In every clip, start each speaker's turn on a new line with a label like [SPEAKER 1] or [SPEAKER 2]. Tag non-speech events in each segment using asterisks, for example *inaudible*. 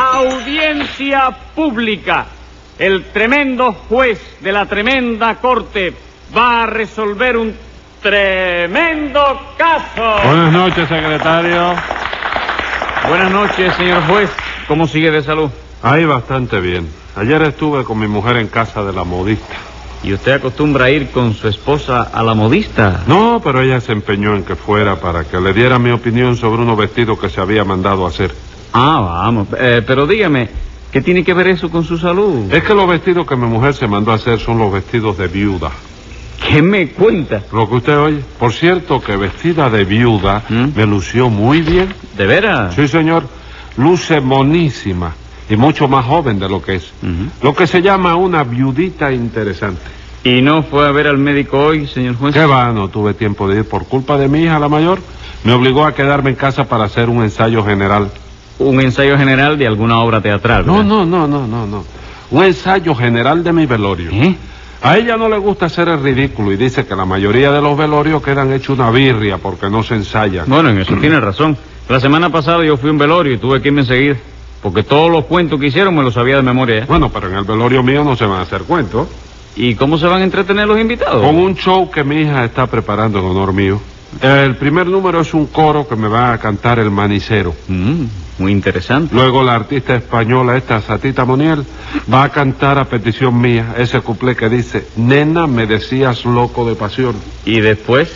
[SPEAKER 1] Audiencia pública. El tremendo juez de la tremenda corte va a resolver un tremendo caso.
[SPEAKER 2] Buenas noches, secretario.
[SPEAKER 1] Buenas noches, señor juez. ¿Cómo sigue de salud?
[SPEAKER 2] Ahí bastante bien. Ayer estuve con mi mujer en casa de la modista.
[SPEAKER 1] ¿Y usted acostumbra a ir con su esposa a la modista?
[SPEAKER 2] No, pero ella se empeñó en que fuera para que le diera mi opinión sobre unos vestidos que se había mandado hacer.
[SPEAKER 1] Ah, vamos. Eh, pero dígame, ¿qué tiene que ver eso con su salud?
[SPEAKER 2] Es que los vestidos que mi mujer se mandó a hacer son los vestidos de viuda.
[SPEAKER 1] ¿Qué me cuenta?
[SPEAKER 2] Lo que usted oye. Por cierto, que vestida de viuda
[SPEAKER 1] ¿Mm?
[SPEAKER 2] me lució muy bien.
[SPEAKER 1] ¿De veras?
[SPEAKER 2] Sí, señor. Luce monísima y mucho más joven de lo que es.
[SPEAKER 1] Ujú.
[SPEAKER 2] Lo que se llama una viudita interesante.
[SPEAKER 1] ¿Y no fue a ver al médico hoy, señor juez?
[SPEAKER 2] Qué va, no tuve tiempo de ir por culpa de mi hija, la mayor. Me obligó a quedarme en casa para hacer un ensayo general.
[SPEAKER 1] Un ensayo general de alguna obra teatral.
[SPEAKER 2] No,
[SPEAKER 1] ¿verdad?
[SPEAKER 2] no, no, no, no, no. Un ensayo general de mi velorio.
[SPEAKER 1] ¿Eh?
[SPEAKER 2] A ella no le gusta hacer el ridículo y dice que la mayoría de los velorios quedan hechos una birria porque no se ensayan.
[SPEAKER 1] Bueno, en eso tiene razón. La semana pasada yo fui a un velorio y tuve que irme enseguida. Porque todos los cuentos que hicieron me los sabía de memoria. ¿eh?
[SPEAKER 2] Bueno, pero en el velorio mío no se van a hacer cuentos.
[SPEAKER 1] ¿Y cómo se van a entretener los invitados?
[SPEAKER 2] Con un show que mi hija está preparando en honor mío. El primer número es un coro que me va a cantar el manicero.
[SPEAKER 1] Mm, muy interesante.
[SPEAKER 2] Luego la artista española esta, Satita Moniel, va a cantar a petición mía ese cuplé que dice, nena, me decías loco de pasión.
[SPEAKER 1] ¿Y después?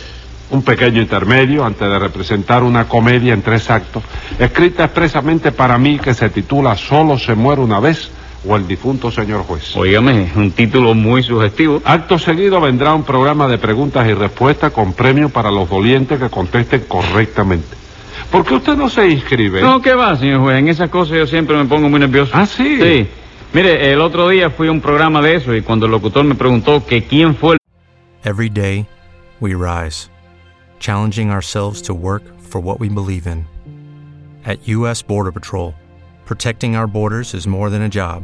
[SPEAKER 2] Un pequeño intermedio antes de representar una comedia en tres actos, escrita expresamente para mí que se titula Solo se muere una vez o el difunto señor juez.
[SPEAKER 1] Óigame, un título muy sugestivo.
[SPEAKER 2] Acto seguido vendrá un programa de preguntas y respuestas con premio para los dolientes que contesten correctamente. ¿Por qué usted no se inscribe?
[SPEAKER 1] No, ¿qué va, señor juez? En esas cosas yo siempre me pongo muy nervioso.
[SPEAKER 2] Ah, sí.
[SPEAKER 1] Sí. Mire, el otro día fui a un programa de eso y cuando el locutor me preguntó que quién fue el...
[SPEAKER 3] Every day, we rise, challenging ourselves to work for what we believe in. At U.S. Border Patrol, protecting our borders is more than a job,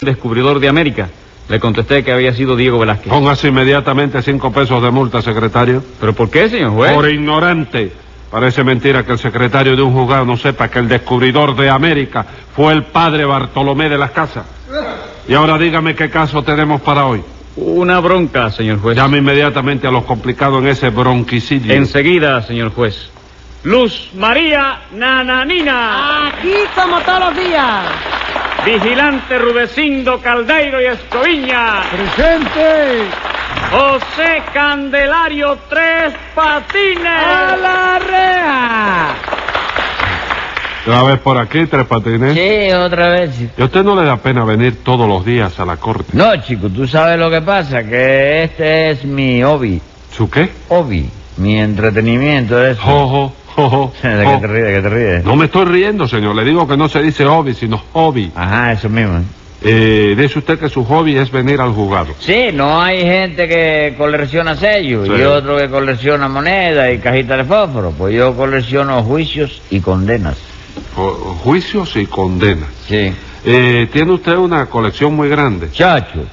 [SPEAKER 1] descubridor de América. Le contesté que había sido Diego Velázquez.
[SPEAKER 2] Póngase inmediatamente cinco pesos de multa, secretario.
[SPEAKER 1] ¿Pero por qué, señor juez?
[SPEAKER 2] Por ignorante. Parece mentira que el secretario de un juzgado no sepa que el descubridor de América fue el padre Bartolomé de las Casas. Y ahora dígame qué caso tenemos para hoy.
[SPEAKER 1] Una bronca, señor juez.
[SPEAKER 2] Llame inmediatamente a los complicados en ese bronquicidio.
[SPEAKER 1] Enseguida, señor juez. Luz María Nananina.
[SPEAKER 4] Aquí como todos los días.
[SPEAKER 1] Vigilante Rudecindo Caldeiro y Escoviña.
[SPEAKER 5] Presente.
[SPEAKER 1] José Candelario Tres Patines.
[SPEAKER 4] A la reja.
[SPEAKER 2] Otra vez por aquí, Tres Patines.
[SPEAKER 6] Sí, otra vez. chico.
[SPEAKER 2] ¿Y a usted no le da pena venir todos los días a la corte?
[SPEAKER 6] No, chico, tú sabes lo que pasa, que este es mi hobby.
[SPEAKER 2] ¿Su qué?
[SPEAKER 6] Hobby. Mi entretenimiento es...
[SPEAKER 2] Jojo, jojo.
[SPEAKER 6] *laughs* ¿De qué te ríes? ¿De qué te ríes?
[SPEAKER 2] No me estoy riendo, señor. Le digo que no se dice hobby, sino hobby.
[SPEAKER 6] Ajá, eso mismo.
[SPEAKER 2] Eh, dice usted que su hobby es venir al juzgado.
[SPEAKER 6] Sí, no hay gente que colecciona sellos
[SPEAKER 2] Sí.
[SPEAKER 6] y otro que colecciona monedas y cajitas de fósforo. Pues yo colecciono juicios y condenas.
[SPEAKER 2] Ju- juicios y condenas.
[SPEAKER 6] Sí.
[SPEAKER 2] Eh, tiene usted una colección muy grande.
[SPEAKER 6] Chacho,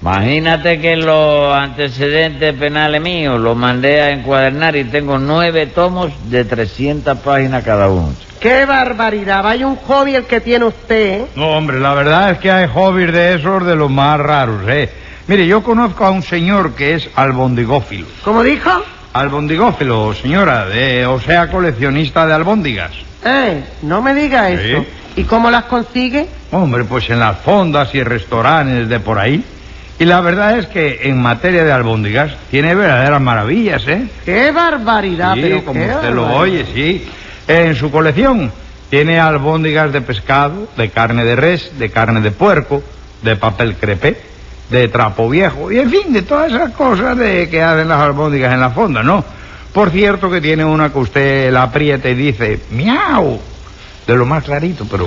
[SPEAKER 6] imagínate que los antecedentes penales míos los mandé a encuadernar y tengo nueve tomos de 300 páginas cada uno.
[SPEAKER 4] Qué barbaridad. Vaya un hobby el que tiene usted. ¿eh?
[SPEAKER 5] No, hombre, la verdad es que hay hobbies de esos de los más raros, ¿eh? Mire, yo conozco a un señor que es albondigófilo.
[SPEAKER 4] ¿Cómo dijo?
[SPEAKER 5] Albondigófilo, señora, de, o sea, coleccionista de albóndigas. ¿Eh?
[SPEAKER 4] Eh, no me diga eso. ¿Y cómo las consigue?
[SPEAKER 5] Hombre, pues en las fondas y restaurantes de por ahí. Y la verdad es que en materia de albóndigas tiene verdaderas maravillas, ¿eh?
[SPEAKER 4] Qué barbaridad,
[SPEAKER 5] sí,
[SPEAKER 4] pero
[SPEAKER 5] como
[SPEAKER 4] qué
[SPEAKER 5] usted lo
[SPEAKER 4] barbaridad.
[SPEAKER 5] oye, sí. En su colección tiene albóndigas de pescado, de carne de res, de carne de puerco, de papel crepé, de trapo viejo y en fin, de todas esas cosas de que hacen las albóndigas en la fonda, ¿no? Por cierto que tiene una que usted la aprieta y dice, miau, de lo más clarito, pero...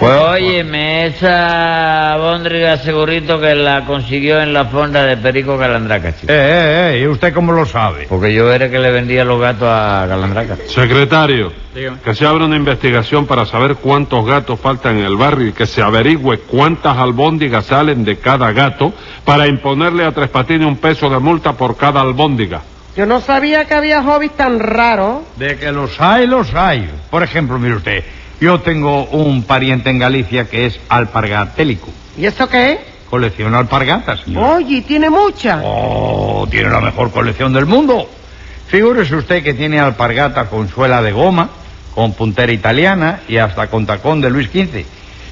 [SPEAKER 6] Pues óyeme, esa bóndriga segurito que la consiguió en la fonda de Perico Calandraca, chico.
[SPEAKER 5] Eh, eh, eh, ¿y usted cómo lo sabe?
[SPEAKER 6] Porque yo era que le vendía los gatos a Calandraca.
[SPEAKER 2] Secretario, que se abra una investigación para saber cuántos gatos faltan en el barrio y que se averigüe cuántas albóndigas salen de cada gato para imponerle a Tres Patines un peso de multa por cada albóndiga.
[SPEAKER 4] Yo no sabía que había hobbies tan raros.
[SPEAKER 5] De que los hay, los hay. Por ejemplo, mire usted, yo tengo un pariente en Galicia que es alpargatélico.
[SPEAKER 4] ¿Y eso qué es?
[SPEAKER 5] Colecciona alpargatas, señor.
[SPEAKER 4] Oye, tiene muchas.
[SPEAKER 5] Oh, tiene la mejor colección del mundo. Figúrese usted que tiene alpargata con suela de goma, con puntera italiana y hasta con tacón de Luis XV.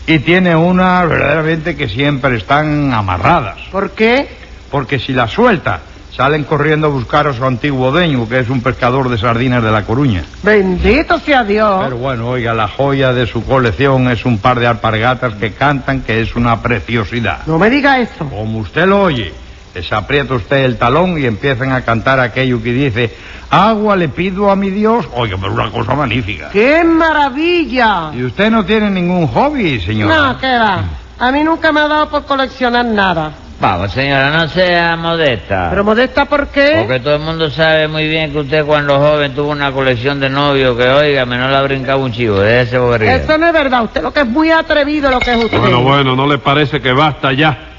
[SPEAKER 5] Y tiene unas verdaderamente que siempre están amarradas.
[SPEAKER 4] ¿Por qué?
[SPEAKER 5] Porque si las suelta, salen corriendo a buscar a su antiguo dueño, que es un pescador de sardinas de La Coruña.
[SPEAKER 4] Bendito sea Dios.
[SPEAKER 5] Pero bueno, oiga, la joya de su colección es un par de alpargatas que cantan, que es una preciosidad.
[SPEAKER 4] No me diga eso.
[SPEAKER 5] Como usted lo oye, les aprieta usted el talón y empiezan a cantar aquello que dice, agua le pido a mi Dios. Oiga, pero una cosa magnífica.
[SPEAKER 4] ¡Qué maravilla!
[SPEAKER 5] Y usted no tiene ningún hobby, señora.
[SPEAKER 4] No, ¿qué va? A mí nunca me ha dado por coleccionar nada.
[SPEAKER 6] Vamos, señora, no sea modesta.
[SPEAKER 4] ¿Pero modesta por qué?
[SPEAKER 6] Porque todo el mundo sabe muy bien que usted cuando joven tuvo una colección de novios que, óigame, no la brincaba un chivo, de ese bobería.
[SPEAKER 4] Eso no es verdad. Usted lo que es muy atrevido, lo que es usted.
[SPEAKER 2] Bueno, bueno, ¿no le parece que basta ya?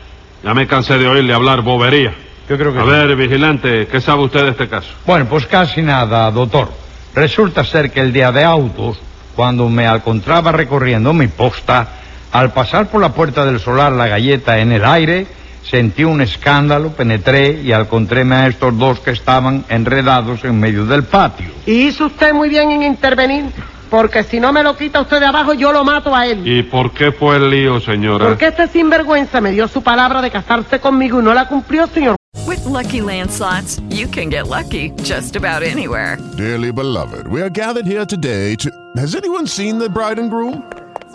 [SPEAKER 2] Ya me cansé de oírle hablar bobería. Yo creo que. A ver, vigilante, ¿qué sabe usted de este caso?
[SPEAKER 5] Bueno, pues casi nada, doctor. Resulta ser que el día de autos, cuando me encontraba recorriendo mi posta, al pasar por la puerta del solar la galleta en el aire, sentí un escándalo, penetré y encontréme a estos dos que estaban enredados en medio del patio.
[SPEAKER 4] Y hizo usted muy bien en intervenir, porque si no me lo quita usted de abajo, yo lo mato a él.
[SPEAKER 2] ¿Y por qué fue el lío, señora?
[SPEAKER 4] Porque este sinvergüenza me dio su palabra de casarse conmigo y no la cumplió, señor.
[SPEAKER 7] With Lucky Land slots, you can get lucky just about anywhere.
[SPEAKER 8] Dearly beloved, we are gathered here today to. Has anyone seen the bride and groom?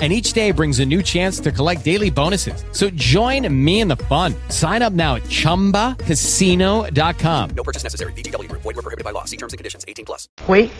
[SPEAKER 9] And each day brings a new chance to collect daily bonuses. So join me in the fun. Sign up now at chumbacasino.com.
[SPEAKER 10] No purchase necessary. BGW. Void were prohibited by law. See terms and conditions. 18 plus.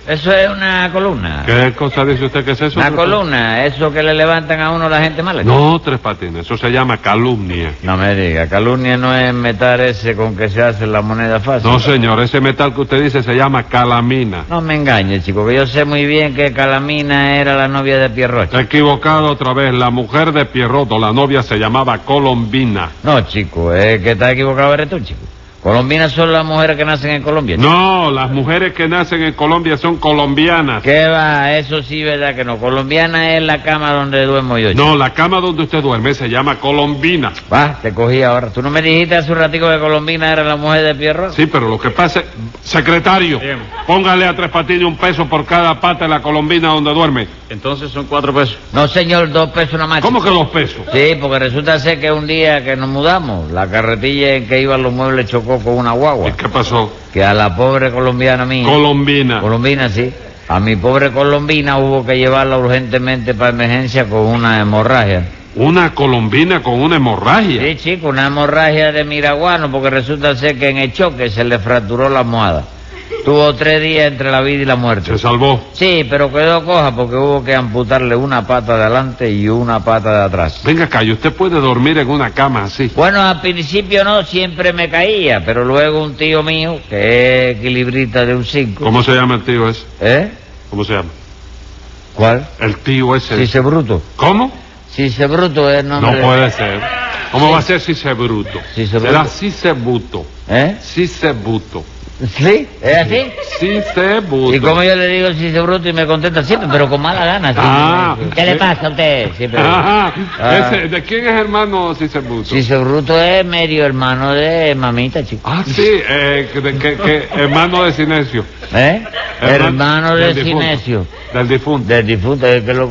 [SPEAKER 6] Eso es una columna.
[SPEAKER 2] ¿Qué cosa dice usted que es eso?
[SPEAKER 6] Una
[SPEAKER 2] doctor?
[SPEAKER 6] columna, eso que le levantan a uno la gente mala.
[SPEAKER 2] No, Tres Patines, eso se llama calumnia.
[SPEAKER 6] No me diga, calumnia no es metal ese con que se hace la moneda fácil.
[SPEAKER 2] No, señor, ese metal que usted dice se llama calamina.
[SPEAKER 6] No me engañe, chico, que yo sé muy bien que Calamina era la novia de Pierrot.
[SPEAKER 2] Está equivocado otra vez, la mujer de Pierroto, la novia se llamaba Colombina.
[SPEAKER 6] No, chico, es que está equivocado eres tú, chico. Colombinas son las mujeres que nacen en Colombia. chico.
[SPEAKER 2] No, las mujeres que nacen en Colombia son colombianas.
[SPEAKER 6] ¿Qué va? Eso sí, verdad que no. Colombiana es la cama donde duermo yo. chico.
[SPEAKER 2] No, la cama donde usted duerme se llama Colombina.
[SPEAKER 6] Va, te cogí ahora. ¿Tú no me dijiste hace un ratico que Colombina era la mujer de Pierrot?
[SPEAKER 2] Sí, pero lo que pasa es... Secretario, póngale a Tres Patines un peso por cada pata de la Colombina donde duerme.
[SPEAKER 1] Entonces son cuatro pesos.
[SPEAKER 6] No, señor, dos pesos nada más.
[SPEAKER 2] ¿Cómo
[SPEAKER 6] chico.
[SPEAKER 2] que dos pesos?
[SPEAKER 6] Sí, porque resulta ser que un día que nos mudamos, la carretilla en que iban los muebles chocó con una guagua.
[SPEAKER 2] ¿Qué pasó?
[SPEAKER 6] Que a la pobre colombiana mía.
[SPEAKER 2] Colombina.
[SPEAKER 6] Colombina, sí. A mi pobre colombina hubo que llevarla urgentemente para emergencia con una hemorragia.
[SPEAKER 2] Una colombina con una hemorragia.
[SPEAKER 6] Sí, chico, una hemorragia de miraguano, porque resulta ser que en el choque se le fracturó la almohada. Tuvo tres días entre la vida y la muerte.
[SPEAKER 2] Se salvó.
[SPEAKER 6] Sí, pero quedó coja porque hubo que amputarle una pata de adelante y una pata de atrás.
[SPEAKER 2] Venga, acá, ¿y usted puede dormir en una cama así?
[SPEAKER 6] Bueno, al principio no, siempre me caía, pero luego un tío mío, que es equilibrista de un 5.
[SPEAKER 2] ¿Cómo se llama el tío ese?
[SPEAKER 6] ¿Eh?
[SPEAKER 2] ¿Cómo se llama?
[SPEAKER 6] ¿Cuál?
[SPEAKER 2] El tío ese.
[SPEAKER 6] Si se bruto.
[SPEAKER 2] ¿Cómo?
[SPEAKER 6] Si se bruto es
[SPEAKER 2] No,
[SPEAKER 6] nombre. de-
[SPEAKER 2] puede ser. ¿Cómo va a ser si se bruto?
[SPEAKER 6] Cice
[SPEAKER 2] Será
[SPEAKER 6] bruto.
[SPEAKER 2] si se buto.
[SPEAKER 6] ¿Eh?
[SPEAKER 2] Si se buto.
[SPEAKER 6] ¿Sí? ¿Es así?
[SPEAKER 2] Si se buto.
[SPEAKER 6] Y como yo le digo si se bruto y me contesta siempre, pero con mala gana. siempre.
[SPEAKER 2] Ah.
[SPEAKER 6] ¿Qué le pasa a usted? Siempre.
[SPEAKER 2] Ajá.
[SPEAKER 6] Ah.
[SPEAKER 2] Ese, ¿De quién es hermano si se buto?
[SPEAKER 6] Si se bruto es medio hermano de mamita, chico.
[SPEAKER 2] Ah, sí, eh, que- de- que- que- hermano de Sinesio.
[SPEAKER 6] ¿Eh? Hermano de
[SPEAKER 2] del difunto.
[SPEAKER 6] Sinesio.
[SPEAKER 2] Del difunto.
[SPEAKER 6] Del difunto, es que lo...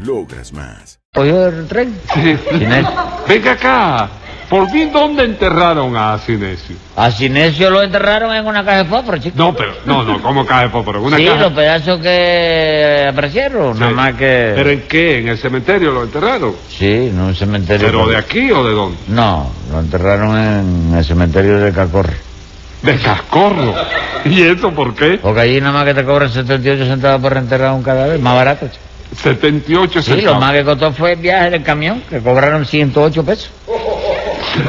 [SPEAKER 11] logras más.
[SPEAKER 6] ¿Oyó el tren?
[SPEAKER 2] Venga acá. ¿Por fin dónde enterraron a Sinesio?
[SPEAKER 6] A Sinesio lo enterraron en una caja de fósforo, chico.
[SPEAKER 2] No, pero, no, no, ¿cómo cae Pero en una
[SPEAKER 6] sí,
[SPEAKER 2] caja.
[SPEAKER 6] los pedazos que aparecieron, nada
[SPEAKER 2] Sí.
[SPEAKER 6] más que...
[SPEAKER 2] ¿Pero en qué? ¿En el cementerio lo enterraron?
[SPEAKER 6] Sí, en un cementerio...
[SPEAKER 2] ¿Pero de aquí o de dónde?
[SPEAKER 6] No, lo enterraron en el cementerio de Cacorre.
[SPEAKER 2] ¿De Cascorro? ¿Y eso por qué?
[SPEAKER 6] Porque allí nada más que te cobran 78 centavos por enterrar un cadáver, más barato. chico.
[SPEAKER 2] 78
[SPEAKER 6] Sí, lo más que costó fue el viaje del camión, que cobraron 108 pesos.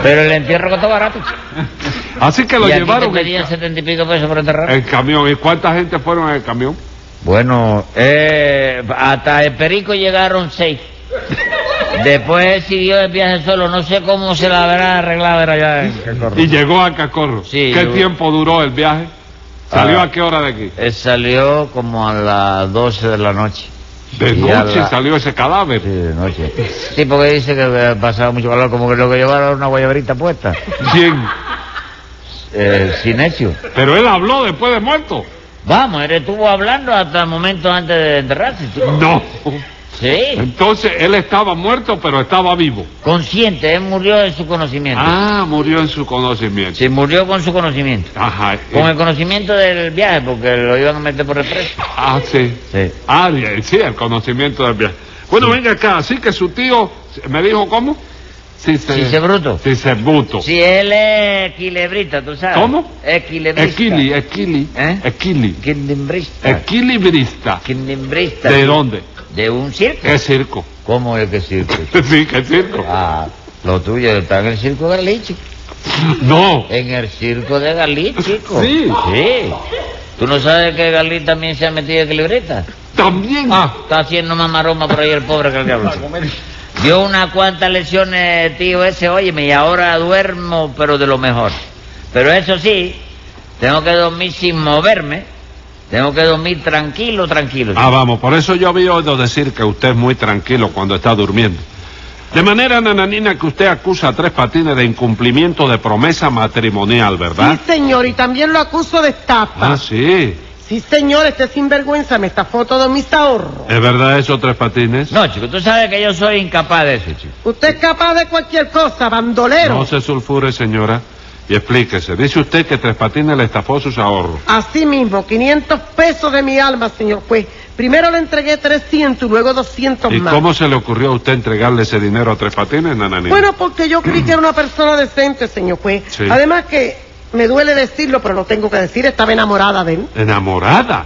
[SPEAKER 6] Pero el entierro costó barato. chico.
[SPEAKER 2] Así que lo
[SPEAKER 6] Y aquí
[SPEAKER 2] llevaron
[SPEAKER 6] te
[SPEAKER 2] en
[SPEAKER 6] pedían 70 y pico pesos por enterrar.
[SPEAKER 2] el camión. ¿Y cuánta gente fueron en el camión?
[SPEAKER 6] Bueno, eh, hasta el Perico llegaron seis. Después él siguió el viaje solo, no sé cómo se la habrá arreglado era allá en Cacorro.
[SPEAKER 2] Y llegó a Cacorro.
[SPEAKER 6] Sí,
[SPEAKER 2] ¿Qué
[SPEAKER 6] yo-
[SPEAKER 2] tiempo duró el viaje? ¿Salió
[SPEAKER 6] Ah.
[SPEAKER 2] a qué hora de aquí?
[SPEAKER 6] Él salió como a las 12 de la noche.
[SPEAKER 2] De
[SPEAKER 6] Y a
[SPEAKER 2] noche
[SPEAKER 6] la-
[SPEAKER 2] salió ese cadáver.
[SPEAKER 6] Sí, de noche. Sí, porque dice que eh, pasaba mucho calor, como que lo que llevaba era una guayabrita puesta.
[SPEAKER 2] ¿Quién?
[SPEAKER 6] Eh, Sinesio.
[SPEAKER 2] Pero él habló después de muerto.
[SPEAKER 6] Vamos, él estuvo hablando hasta el momento antes de enterrarse. chico.
[SPEAKER 2] No.
[SPEAKER 6] Sí,
[SPEAKER 2] Entonces él estaba muerto, pero estaba vivo.
[SPEAKER 6] consciente, él murió de su conocimiento.
[SPEAKER 2] Ah, murió en su conocimiento.
[SPEAKER 6] Sí, murió con su conocimiento.
[SPEAKER 2] Ajá. y-
[SPEAKER 6] Con el conocimiento del viaje, porque lo iban a meter por el preso.
[SPEAKER 2] Ah, sí.
[SPEAKER 6] Sí.
[SPEAKER 2] Ah, bien, sí, el conocimiento del viaje. Bueno, venga acá, así que su tío me dijo cómo. Sí,
[SPEAKER 6] Cisebruto.
[SPEAKER 2] Cisebruto.
[SPEAKER 6] Sí, él es equilibrista, ¿tú sabes?
[SPEAKER 2] ¿Cómo?
[SPEAKER 6] Equilibrista.
[SPEAKER 2] Equili, equili,
[SPEAKER 6] ¿Eh?
[SPEAKER 2] equili.
[SPEAKER 6] Equilibrista.
[SPEAKER 2] Equilibrista.
[SPEAKER 6] Equilibrista.
[SPEAKER 2] ¿De dónde?
[SPEAKER 6] De un circo.
[SPEAKER 2] ¿Qué circo?
[SPEAKER 6] ¿Cómo es que circo?
[SPEAKER 2] *laughs* Sí, ¿qué circo?
[SPEAKER 6] Ah, lo tuyo está en el circo de Galí, chico.
[SPEAKER 2] *laughs* No.
[SPEAKER 6] En el circo de Galí, chico.
[SPEAKER 2] Sí.
[SPEAKER 6] Sí. ¿Tú no sabes que Galí también se ha metido equilibrista?
[SPEAKER 2] También.
[SPEAKER 6] Está haciendo más maroma por ahí el pobre que el diablo. chico. Dio unas cuantas lesiones, tío, ese, óyeme, y ahora duermo, pero de lo mejor. Pero eso sí, tengo que dormir sin moverme. Tengo que dormir tranquilo, tranquilo.
[SPEAKER 2] Ah, vamos, por eso yo había oído decir que usted es muy tranquilo cuando está durmiendo. De manera, Nananina, que usted acusa a Tres Patines de incumplimiento de promesa matrimonial, ¿verdad?
[SPEAKER 4] Sí, señor, y también lo acuso de estafa.
[SPEAKER 2] Ah, sí.
[SPEAKER 4] Sí, señor, este sinvergüenza me estafó todos mis ahorros.
[SPEAKER 2] ¿Es verdad eso, Tres Patines?
[SPEAKER 6] No, chico, tú sabes que yo soy incapaz de eso, chico.
[SPEAKER 4] Usted es capaz de cualquier cosa, bandolero.
[SPEAKER 2] No se sulfure, señora, y explíquese. Dice usted que Tres Patines le estafó sus ahorros.
[SPEAKER 4] Así mismo, 500 pesos de mi alma, señor juez. Primero le entregué 300 y luego 200
[SPEAKER 2] ¿Y
[SPEAKER 4] más.
[SPEAKER 2] cómo se le ocurrió a usted entregarle ese dinero a Tres Patines, Nananina?
[SPEAKER 4] Bueno, porque yo creí que era una persona decente, señor juez.
[SPEAKER 2] Sí.
[SPEAKER 4] Además que me duele decirlo, pero lo tengo que decir, estaba enamorada de él.
[SPEAKER 2] ¿Enamorada?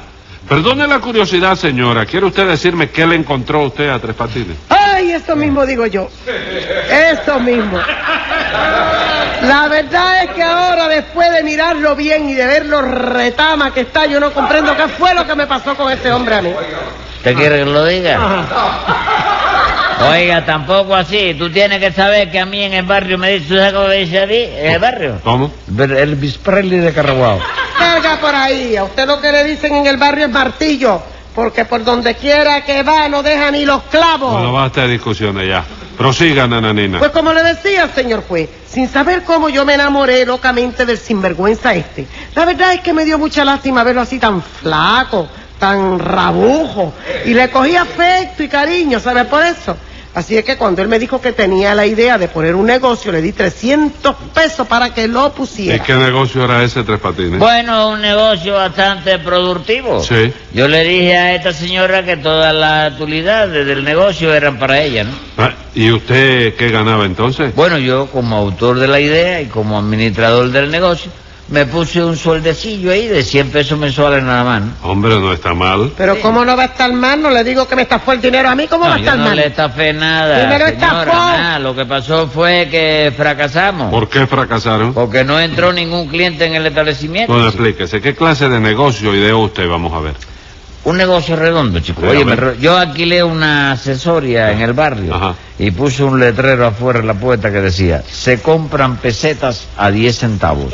[SPEAKER 2] Perdone la curiosidad, señora. ¿Quiere usted decirme qué le encontró usted a Tres Patines?
[SPEAKER 4] Ay, eso mismo digo yo. Eso mismo. La verdad es que ahora, después de mirarlo bien y de verlo retama que está, yo no comprendo qué fue lo que me pasó con ese hombre a mí.
[SPEAKER 6] ¿Te quiere que lo diga? Oiga, tampoco así. Tú tienes que saber que a mí en el barrio me dice, ¿tú sabes cómo me dice a ti? ¿En el barrio?
[SPEAKER 2] ¿Cómo?
[SPEAKER 6] El Presley de Carraguao.
[SPEAKER 4] Carga por ahí. A usted lo que le dicen en el barrio es martillo. Porque por donde quiera que va no deja ni los clavos.
[SPEAKER 2] Bueno, basta de discusiones ya. Prosiga, nananina.
[SPEAKER 4] Pues como le decía, señor juez, sin saber cómo yo me enamoré locamente del sinvergüenza este. La verdad es que me dio mucha lástima verlo así tan flaco, tan rabujo. Y le cogí afecto y cariño, ¿sabe por eso? Así es que cuando él me dijo que tenía la idea de poner un negocio, le di 300 pesos para que lo
[SPEAKER 2] ¿Y
[SPEAKER 4] pusiera.
[SPEAKER 2] qué negocio era ese, Tres Patines?
[SPEAKER 6] Bueno, un negocio bastante productivo.
[SPEAKER 2] Sí.
[SPEAKER 6] Yo le dije a esta señora que todas las utilidades del negocio eran para ella, ¿no?
[SPEAKER 2] Ah, ¿Y usted qué ganaba entonces?
[SPEAKER 6] Bueno, yo como autor de la idea y como administrador del negocio, me puse un sueldecillo ahí de 100 pesos mensuales nada más. ¿no?
[SPEAKER 2] Hombre, no está mal.
[SPEAKER 4] Pero ¿cómo no va a estar mal? No le digo que me estafó el dinero a mí, ¿cómo va
[SPEAKER 6] No,
[SPEAKER 4] a
[SPEAKER 6] yo
[SPEAKER 4] estar
[SPEAKER 6] no
[SPEAKER 4] mal?
[SPEAKER 6] le estafé nada.
[SPEAKER 4] Primero
[SPEAKER 6] señora,
[SPEAKER 4] estafó.
[SPEAKER 6] nada. Lo que pasó fue que fracasamos.
[SPEAKER 2] ¿Por qué fracasaron?
[SPEAKER 6] Porque no entró ningún cliente en el establecimiento.
[SPEAKER 2] Bueno, explíquese, ¿qué clase de negocio ideó usted? Vamos a ver.
[SPEAKER 6] Un negocio redondo, chico.
[SPEAKER 2] Pero,
[SPEAKER 6] Oye,
[SPEAKER 2] a ver.
[SPEAKER 6] me re- yo alquilé una asesoría en el barrio y puse un letrero afuera en la puerta que decía, se compran pesetas a 10 centavos.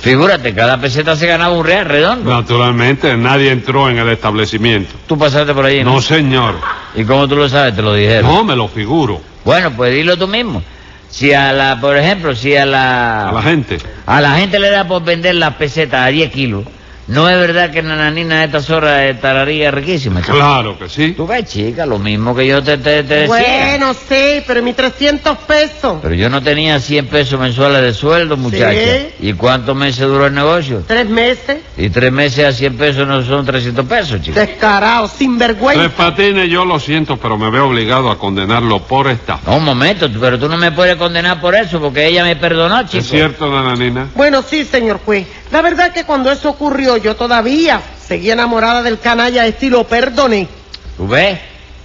[SPEAKER 6] Figúrate, cada peseta se ganaba un real redondo.
[SPEAKER 2] Naturalmente, nadie entró en el establecimiento.
[SPEAKER 6] ¿Tú pasaste por allí?
[SPEAKER 2] No, señor.
[SPEAKER 6] ¿Y cómo tú lo sabes? Te lo dijeron.
[SPEAKER 2] No, me lo figuro.
[SPEAKER 6] Bueno, pues dilo tú mismo. Si a la, por ejemplo, si a la...
[SPEAKER 2] A la gente.
[SPEAKER 6] A la gente le da por vender las pesetas a 10 kilos. No es verdad que Nananina a estas horas eh, tararía riquísima. chico?
[SPEAKER 2] Claro que sí.
[SPEAKER 6] Tú ves, chica, lo mismo que yo te, te- te decía.
[SPEAKER 4] Bueno, sí, pero mis 300 pesos.
[SPEAKER 6] Pero yo no tenía 100 pesos mensuales de sueldo, muchacha. ¿Y cuántos meses duró el negocio?
[SPEAKER 4] Tres meses,
[SPEAKER 6] Y tres meses a 100 pesos no son 300 pesos, chico.
[SPEAKER 4] descarado, sinvergüenza.
[SPEAKER 2] Tres patines, yo lo siento, pero me veo obligado a condenarlo por estafa.
[SPEAKER 6] No, un momento, pero tú no me puedes condenar por eso, porque ella me perdonó, chico.
[SPEAKER 2] ¿Es cierto, Nananina?
[SPEAKER 4] Bueno, sí, señor juez. La verdad es que cuando eso ocurrió, yo todavía seguí enamorada del canalla este y lo perdoné.
[SPEAKER 6] ¿Tú ves?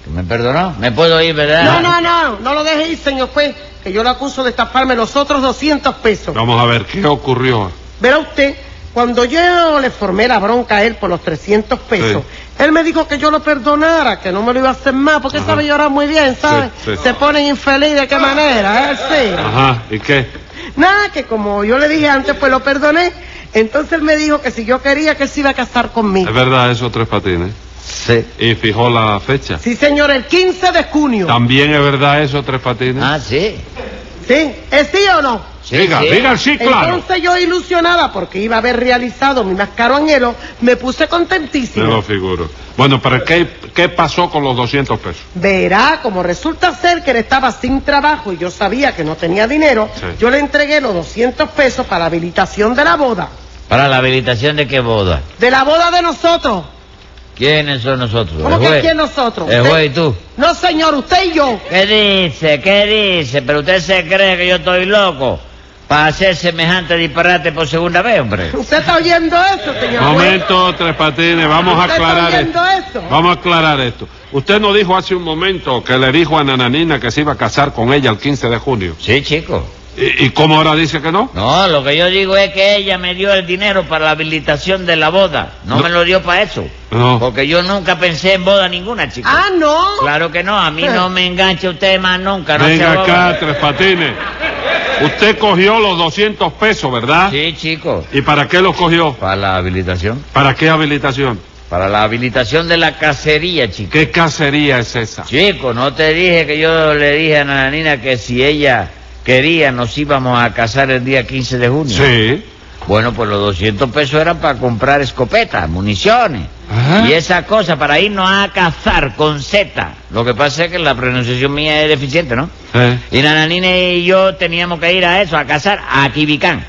[SPEAKER 6] Que me perdonó. Me puedo ir, ¿verdad?
[SPEAKER 4] No, no, no, no lo deje ir, señor juez, que yo lo acuso de estafarme los otros 200 pesos.
[SPEAKER 2] Vamos a ver, ¿qué ocurrió?
[SPEAKER 4] Verá usted, cuando yo le formé la bronca a él por los 300 pesos, él me dijo que yo lo perdonara, que no me lo iba a hacer más, porque sabe llorar muy bien, ¿sabe?
[SPEAKER 2] Sí, sí.
[SPEAKER 4] Se ponen infeliz de qué manera, ¿eh? Sí.
[SPEAKER 2] Ajá, ¿y qué?
[SPEAKER 4] Nada, que como yo le dije antes, pues lo perdoné. Entonces él me dijo que si yo quería, que él se iba a casar conmigo.
[SPEAKER 2] ¿Es verdad eso, tres patines?
[SPEAKER 6] Sí.
[SPEAKER 2] ¿Y fijó la fecha?
[SPEAKER 4] Sí, señor, el 15 de junio.
[SPEAKER 2] ¿También es verdad eso, tres patines?
[SPEAKER 6] Ah, sí.
[SPEAKER 4] ¿Sí? ¿Es sí o no?
[SPEAKER 2] Sí, Diga, sí. diga el sí, claro.
[SPEAKER 4] Entonces yo ilusionada porque iba a haber realizado mi más caro anhelo, me puse
[SPEAKER 2] Me
[SPEAKER 4] contentísima.
[SPEAKER 2] lo figuro. Bueno, pero ¿qué, qué pasó con los 200 pesos?
[SPEAKER 4] Verá, como resulta ser que él estaba sin trabajo y yo sabía que no tenía dinero,
[SPEAKER 6] Sí.
[SPEAKER 4] yo le entregué los 200 pesos para la habilitación de la boda.
[SPEAKER 6] ¿Para la habilitación de qué boda?
[SPEAKER 4] De la boda de nosotros.
[SPEAKER 6] ¿Quiénes son nosotros?
[SPEAKER 4] ¿Cómo
[SPEAKER 6] ¿El
[SPEAKER 4] que
[SPEAKER 6] juez?
[SPEAKER 4] quién nosotros?
[SPEAKER 6] ¿El
[SPEAKER 4] Usted-
[SPEAKER 6] juez y tú?
[SPEAKER 4] No, señor, usted y yo.
[SPEAKER 6] ¿Qué dice? ¿Qué dice? ¿Pero usted se cree que yo estoy loco? Para hacer semejante disparate por segunda vez, hombre.
[SPEAKER 4] ¿Usted está oyendo eso, señor?
[SPEAKER 2] Momento, tres patines, vamos a
[SPEAKER 4] ¿Usted está
[SPEAKER 2] aclarar esto.
[SPEAKER 4] oyendo eso?
[SPEAKER 2] Vamos a aclarar esto. Usted nos dijo hace un momento que le dijo a Nananina que se iba a casar con ella el 15 de junio.
[SPEAKER 6] Sí, chico.
[SPEAKER 2] ¿Y, y cómo ahora dice que no?
[SPEAKER 6] No, lo que yo digo es que ella me dio el dinero para la habilitación de la boda. No, me lo dio para eso.
[SPEAKER 2] No.
[SPEAKER 6] Porque yo nunca pensé en boda ninguna, chico.
[SPEAKER 4] Ah, no.
[SPEAKER 6] Claro que no, a mí no me engancha usted más nunca. No sea
[SPEAKER 2] Venga
[SPEAKER 6] boba.
[SPEAKER 2] acá, tres patines. Usted cogió los 200 pesos, ¿verdad?
[SPEAKER 6] Sí, chico.
[SPEAKER 2] ¿Y para qué los cogió?
[SPEAKER 6] Para la habilitación.
[SPEAKER 2] ¿Para qué habilitación?
[SPEAKER 6] Para la habilitación de la cacería, chico.
[SPEAKER 2] ¿Qué cacería es esa?
[SPEAKER 6] Chico, no te dije que yo le dije a Nananina que si ella quería nos íbamos a casar el día 15 de junio.
[SPEAKER 2] Sí.
[SPEAKER 6] Bueno, pues los 200 pesos eran para comprar escopetas, municiones y esas cosas para irnos a cazar con Z. Lo que pasa es que la pronunciación mía es deficiente, ¿no?
[SPEAKER 2] Eh,
[SPEAKER 6] Y Nananina y yo teníamos que ir a eso, a cazar a Quibicán.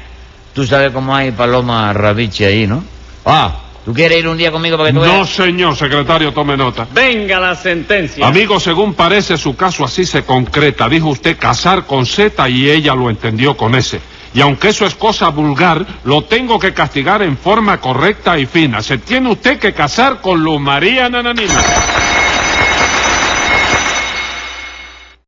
[SPEAKER 6] Tú sabes cómo hay paloma rabiche ahí, ¿no? Ah, ¿tú quieres ir un día conmigo para que tú
[SPEAKER 2] No,
[SPEAKER 6] veas?
[SPEAKER 2] señor secretario, tome nota.
[SPEAKER 3] Venga la sentencia.
[SPEAKER 2] Amigo, según parece su caso así se concreta. Dijo usted casar con Z y ella lo entendió con S. Y aunque eso es cosa vulgar, lo tengo que castigar en forma correcta y fina. Se tiene usted que casar con Luz María Nananina.